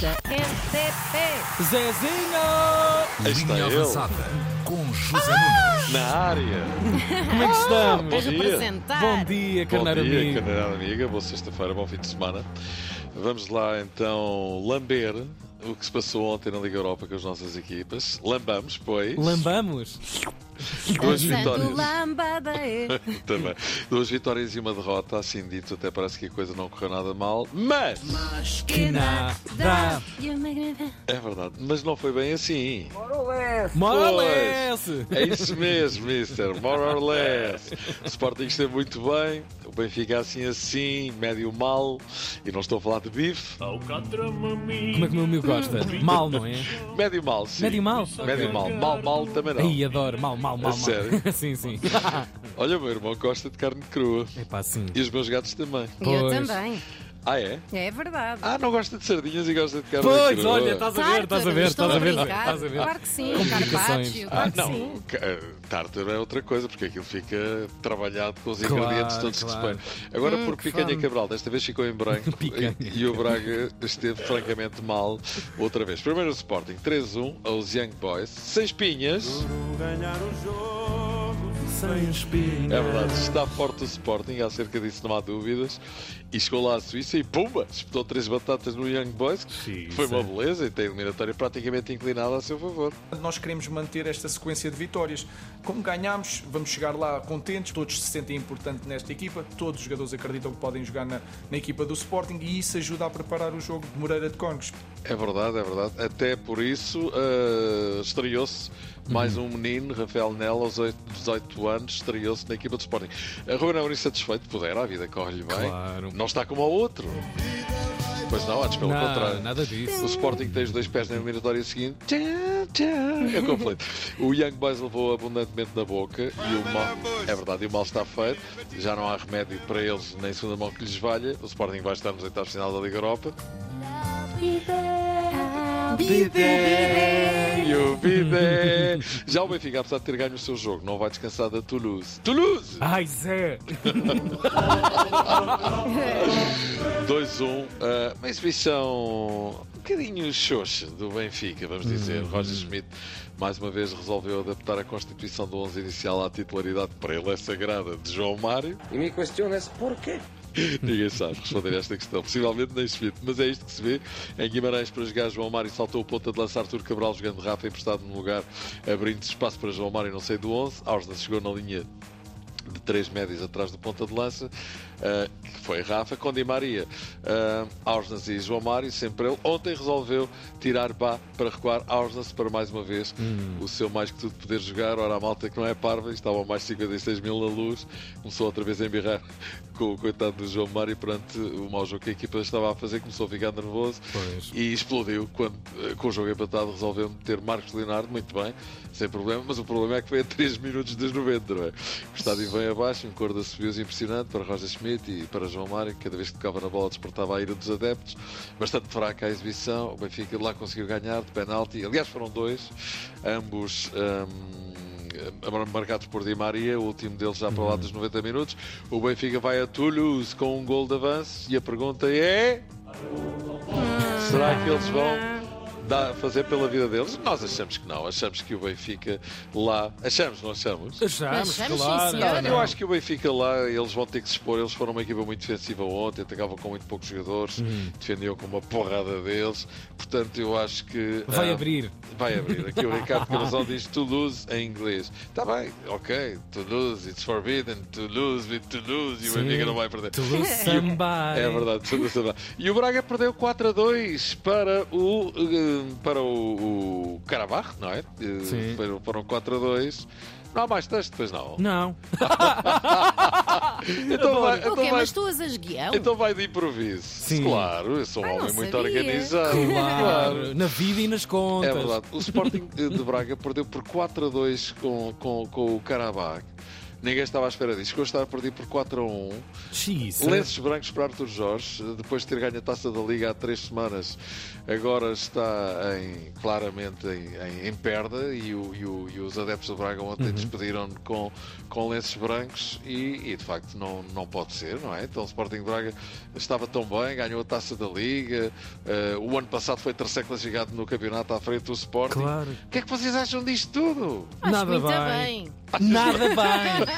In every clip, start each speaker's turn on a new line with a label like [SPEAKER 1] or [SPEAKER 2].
[SPEAKER 1] da RTP.
[SPEAKER 2] Zezinho!
[SPEAKER 3] Linha
[SPEAKER 4] está ele. Ah!
[SPEAKER 3] avançada com José Nunes.
[SPEAKER 4] Na área.
[SPEAKER 2] Como é que estamos?
[SPEAKER 1] Queres
[SPEAKER 4] dia.
[SPEAKER 1] representar?
[SPEAKER 2] Bom dia, carneiro
[SPEAKER 4] bom dia,
[SPEAKER 2] amigo.
[SPEAKER 4] carneira amiga. Boa sexta-feira, bom fim de semana. Vamos lá então lamber o que se passou ontem na Liga Europa com as nossas equipas. Lambamos, pois.
[SPEAKER 2] Lambamos?
[SPEAKER 4] Duas
[SPEAKER 1] Santo
[SPEAKER 4] vitórias.
[SPEAKER 1] Lambada é.
[SPEAKER 4] Também. Duas vitórias e uma derrota, assim dito, até parece que a coisa não correu nada mal. Mas,
[SPEAKER 2] Que nada.
[SPEAKER 1] E uma grande-
[SPEAKER 4] é verdade, mas não foi bem assim.
[SPEAKER 2] More or
[SPEAKER 4] Pois.
[SPEAKER 2] less.
[SPEAKER 4] É isso mesmo, mister. More or less. O Sporting esteve muito bem, o Benfica assim assim, médio mal, e não estou a falar de bife.
[SPEAKER 2] Como é que o meu amigo gosta? Mal, não é?
[SPEAKER 4] Médio mal, sim.
[SPEAKER 2] Médio mal?
[SPEAKER 4] Hum. Médio
[SPEAKER 2] Ok.
[SPEAKER 4] mal. Mal, mal também não.
[SPEAKER 2] Ai, adoro. Mal, mal, mal, mal.
[SPEAKER 4] sério?
[SPEAKER 2] sim, sim.
[SPEAKER 4] Olha, o meu irmão gosta de carne crua.
[SPEAKER 2] É pá, sim.
[SPEAKER 4] E os meus gatos também.
[SPEAKER 1] Eu
[SPEAKER 2] Pois.
[SPEAKER 1] também.
[SPEAKER 4] Ah, é?
[SPEAKER 1] É verdade.
[SPEAKER 4] Ah, não gosta de sardinhas e gosta de carne crua.
[SPEAKER 2] Pois, olha, tá estás a ver, estás a ver,
[SPEAKER 1] estou
[SPEAKER 2] estás a ver.
[SPEAKER 1] brincar.
[SPEAKER 2] Estás a ver.
[SPEAKER 1] Claro que sim.
[SPEAKER 2] Complicações.
[SPEAKER 1] Carpaccio,
[SPEAKER 4] Ah,
[SPEAKER 1] claro que
[SPEAKER 4] não,
[SPEAKER 1] sim.
[SPEAKER 4] ca- ah, tártaro é outra coisa, porque aquilo fica trabalhado com os
[SPEAKER 2] Claro,
[SPEAKER 4] ingredientes todos
[SPEAKER 2] claro. Hum,
[SPEAKER 4] que se põem. Agora, por Picanha
[SPEAKER 1] fome.
[SPEAKER 4] Cabral, desta vez ficou em branco
[SPEAKER 2] Picanha.
[SPEAKER 4] e, e o Braga esteve francamente mal outra vez. Primeiro o Sporting, 3-1 aos Young Boys, sem espinhas.
[SPEAKER 2] Sem
[SPEAKER 4] É
[SPEAKER 2] espinha.
[SPEAKER 4] verdade, está forte o Sporting, acerca disso não há dúvidas. E chegou lá à Suíça e pumba! Espetou três batatas no Young Boys, que foi uma beleza e tem a eliminatória praticamente inclinada a seu favor.
[SPEAKER 5] Nós queremos manter esta sequência de vitórias. Como ganhámos, vamos chegar lá contentes. Todos se sentem importantes nesta equipa. Todos os jogadores acreditam que podem jogar na, na equipa do Sporting e isso ajuda a preparar o jogo de Moreira de Cónicos.
[SPEAKER 4] É verdade, é verdade. Até por isso eh, estreou-se mais
[SPEAKER 2] Uhum.
[SPEAKER 4] um menino, Rafael Nela, aos 8, 18 anos, estreou-se na equipa do Sporting. A Ruben Amorim satisfeito, pudera, a vida corre-lhe bem.
[SPEAKER 2] Claro.
[SPEAKER 4] Não está como ao outro. Pois não, antes pelo
[SPEAKER 2] Não,
[SPEAKER 4] contrário.
[SPEAKER 2] nada disso.
[SPEAKER 4] O Sporting tem os dois pés na eliminatória seguinte. Tchá, tchá. É completo. O Young Boys levou abundantemente na boca e o mal. É verdade, e o mal está feito. Já não há remédio para eles nem segunda mão que lhes valha. O Sporting vai estar nos oitavos de final da Liga Europa. E o Bidé! Já o Benfica, apesar de ter ganho o seu jogo, não vai descansar da Toulouse. Toulouse!
[SPEAKER 2] Ai, Zé.
[SPEAKER 4] 2-1. ah, uma exibição um bocadinho xoxa do Benfica, vamos dizer. Roger Schmidt, mais uma vez, resolveu adaptar a constituição do 11 inicial à titularidade para ele é sagrada de João Mário.
[SPEAKER 6] Y mi cuestión es, ¿por qué?
[SPEAKER 4] Ninguém sabe responder a esta questão. Possivelmente nem Schmidt, mas é isto que se vê. Em Guimarães, para jogar João Mário, saltou o ponta de lança Arthur Cabral, jogando Rafa emprestado no lugar, abrindo espaço para João Mário, não sei do 11. Ausna chegou na linha de três médias atrás do ponta de lança, ah, que foi Rafa, com Di Maria, ah, Ausnas e João Mário, sempre ele. Ontem resolveu tirar Bá para recuar Ausnas para mais uma vez o seu mais que tudo poder jogar. Ora, a malta que não é parva, estavam mais 56 mil na luz, começou outra vez a embirrar com o coitado do João Mário perante o mau jogo que a equipa estava a fazer, começou a ficar nervoso
[SPEAKER 2] Pois.
[SPEAKER 4] e explodiu quando, eh, com o jogo empatado, resolveu meter Marcos Leonardo, muito bem, sem problema, mas o problema é que foi a 3 minutos dos 90, não é? O estádio vem abaixo, um cor de assobios impressionante para Roger Schmidt e para João Mário, que cada vez que tocava na bola despertava a ira dos adeptos, bastante fraca a exibição, o Benfica lá conseguiu ganhar de penalti, aliás foram dois, ambos... ahm, eh, marcados por Di Maria, o último deles já para lá dos 90 minutos. O Benfica vai a Toulouse com um gol de avanço e a pergunta é... Será que eles vão dar- fazer pela vida deles? Nós achamos que não. Achamos que o Benfica lá. Achamos, não achamos?
[SPEAKER 2] Achamos,
[SPEAKER 1] Achamos, sim,
[SPEAKER 2] claro.
[SPEAKER 1] senhora.
[SPEAKER 2] Não,
[SPEAKER 4] Eu acho que o Benfica lá, eles vão ter que se expor. Eles foram uma equipa muito defensiva ontem, atacavam com muito poucos jogadores,
[SPEAKER 2] Uhum.
[SPEAKER 4] defendiam com uma porrada deles. Portanto, eu acho que.
[SPEAKER 2] Vai
[SPEAKER 4] ah,
[SPEAKER 2] abrir.
[SPEAKER 4] Vai abrir. Aqui o Ricardo Corazão diz Toulouse em inglês. Está bem, ok. Toulouse, it's forbidden. Toulouse with Toulouse. E o
[SPEAKER 2] Sim.
[SPEAKER 4] Benfica não vai perder.
[SPEAKER 2] Toulouse somebody.
[SPEAKER 4] É verdade, sem dúvida não. E o Braga perdeu 4 a 2 para o, eh, para o, o Carabarro, não é? Eh,
[SPEAKER 2] Sim.
[SPEAKER 4] Foram- Foram 4 a 2. Não há mais texto, depois não.
[SPEAKER 2] Não.
[SPEAKER 4] Então vai,
[SPEAKER 1] O
[SPEAKER 4] então,
[SPEAKER 1] quê?
[SPEAKER 4] vai,
[SPEAKER 1] Mas tu as guião?
[SPEAKER 4] então vai de improviso.
[SPEAKER 2] Sim.
[SPEAKER 4] Claro, eu sou um
[SPEAKER 1] Ah, não
[SPEAKER 4] homem muito
[SPEAKER 1] sabia.
[SPEAKER 4] organizado.
[SPEAKER 2] Claro. Na vida e nas contas.
[SPEAKER 4] É verdade. O Sporting de de Braga perdeu por 4 a 2 com, com, com o Karabakh. Ninguém estava à espera disso. Chegou a estar a perder por 4 a 1.
[SPEAKER 2] Xis.
[SPEAKER 4] Lenços brancos para Arthur Jorge, depois de ter ganho a taça da Liga há três semanas, agora está em- claramente em, em- em perda e, o- e o- e os adeptos do Braga ontem despediram-no com, com lenços brancos e, e, de facto não, não pode ser, não é? Então o Sporting de Braga estava tão bem, ganhou a taça da Liga, eh, o ano passado foi terceiro classificado no campeonato à frente do Sporting.
[SPEAKER 2] Claro.
[SPEAKER 4] O que é que vocês acham disto tudo?
[SPEAKER 1] Acho
[SPEAKER 2] Nada
[SPEAKER 1] muito
[SPEAKER 2] bem.
[SPEAKER 1] bem.
[SPEAKER 2] Nada bem.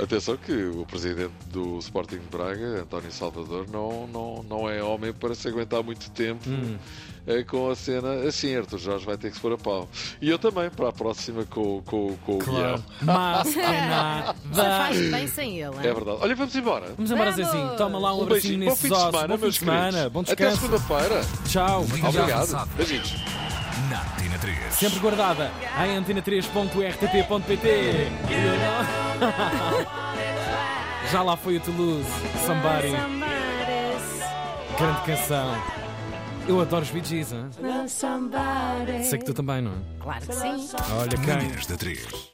[SPEAKER 4] Atenção que o presidente do Sporting de Braga, António Salvador, não, não, não é homem para se aguentar muito tempo
[SPEAKER 2] Hum.
[SPEAKER 4] eh, com a cena assim, Arthur Jorge vai ter que se pôr a pau. E eu também, para a próxima com, com, com o
[SPEAKER 2] Claro.
[SPEAKER 4] Guilherme.
[SPEAKER 2] Mas é nada.
[SPEAKER 1] Você faz bem sem ele.
[SPEAKER 4] É
[SPEAKER 1] hein?
[SPEAKER 4] verdade. Olha, vamos embora.
[SPEAKER 2] Vamos embora,
[SPEAKER 1] Vamos.
[SPEAKER 2] Zezinho. Toma lá um,
[SPEAKER 4] Um
[SPEAKER 2] abracinho
[SPEAKER 4] beijinho. Bom
[SPEAKER 2] nesses
[SPEAKER 4] fim de
[SPEAKER 2] ossos.
[SPEAKER 4] semana,
[SPEAKER 2] Bom
[SPEAKER 4] meus
[SPEAKER 2] fim de semana.
[SPEAKER 4] queridos.
[SPEAKER 2] Bom
[SPEAKER 4] Até
[SPEAKER 2] descanso.
[SPEAKER 4] segunda-feira.
[SPEAKER 2] Tchau.
[SPEAKER 3] Obrigado.
[SPEAKER 2] Obrigado.
[SPEAKER 4] Obrigado.
[SPEAKER 3] avançado.
[SPEAKER 4] Beijinhos.
[SPEAKER 3] Na Tina 3.
[SPEAKER 2] Sempre guardada em antena3.rtp.pt. Já lá foi o Toulouse. Somebody.
[SPEAKER 1] Somebody's-
[SPEAKER 2] Grande canção. Eu adoro os Bee Gees, hein?
[SPEAKER 1] Somebody.
[SPEAKER 2] Sei que tu também, não é?
[SPEAKER 1] Claro que sim.
[SPEAKER 2] Olha quem.
[SPEAKER 3] Manhãs da 3.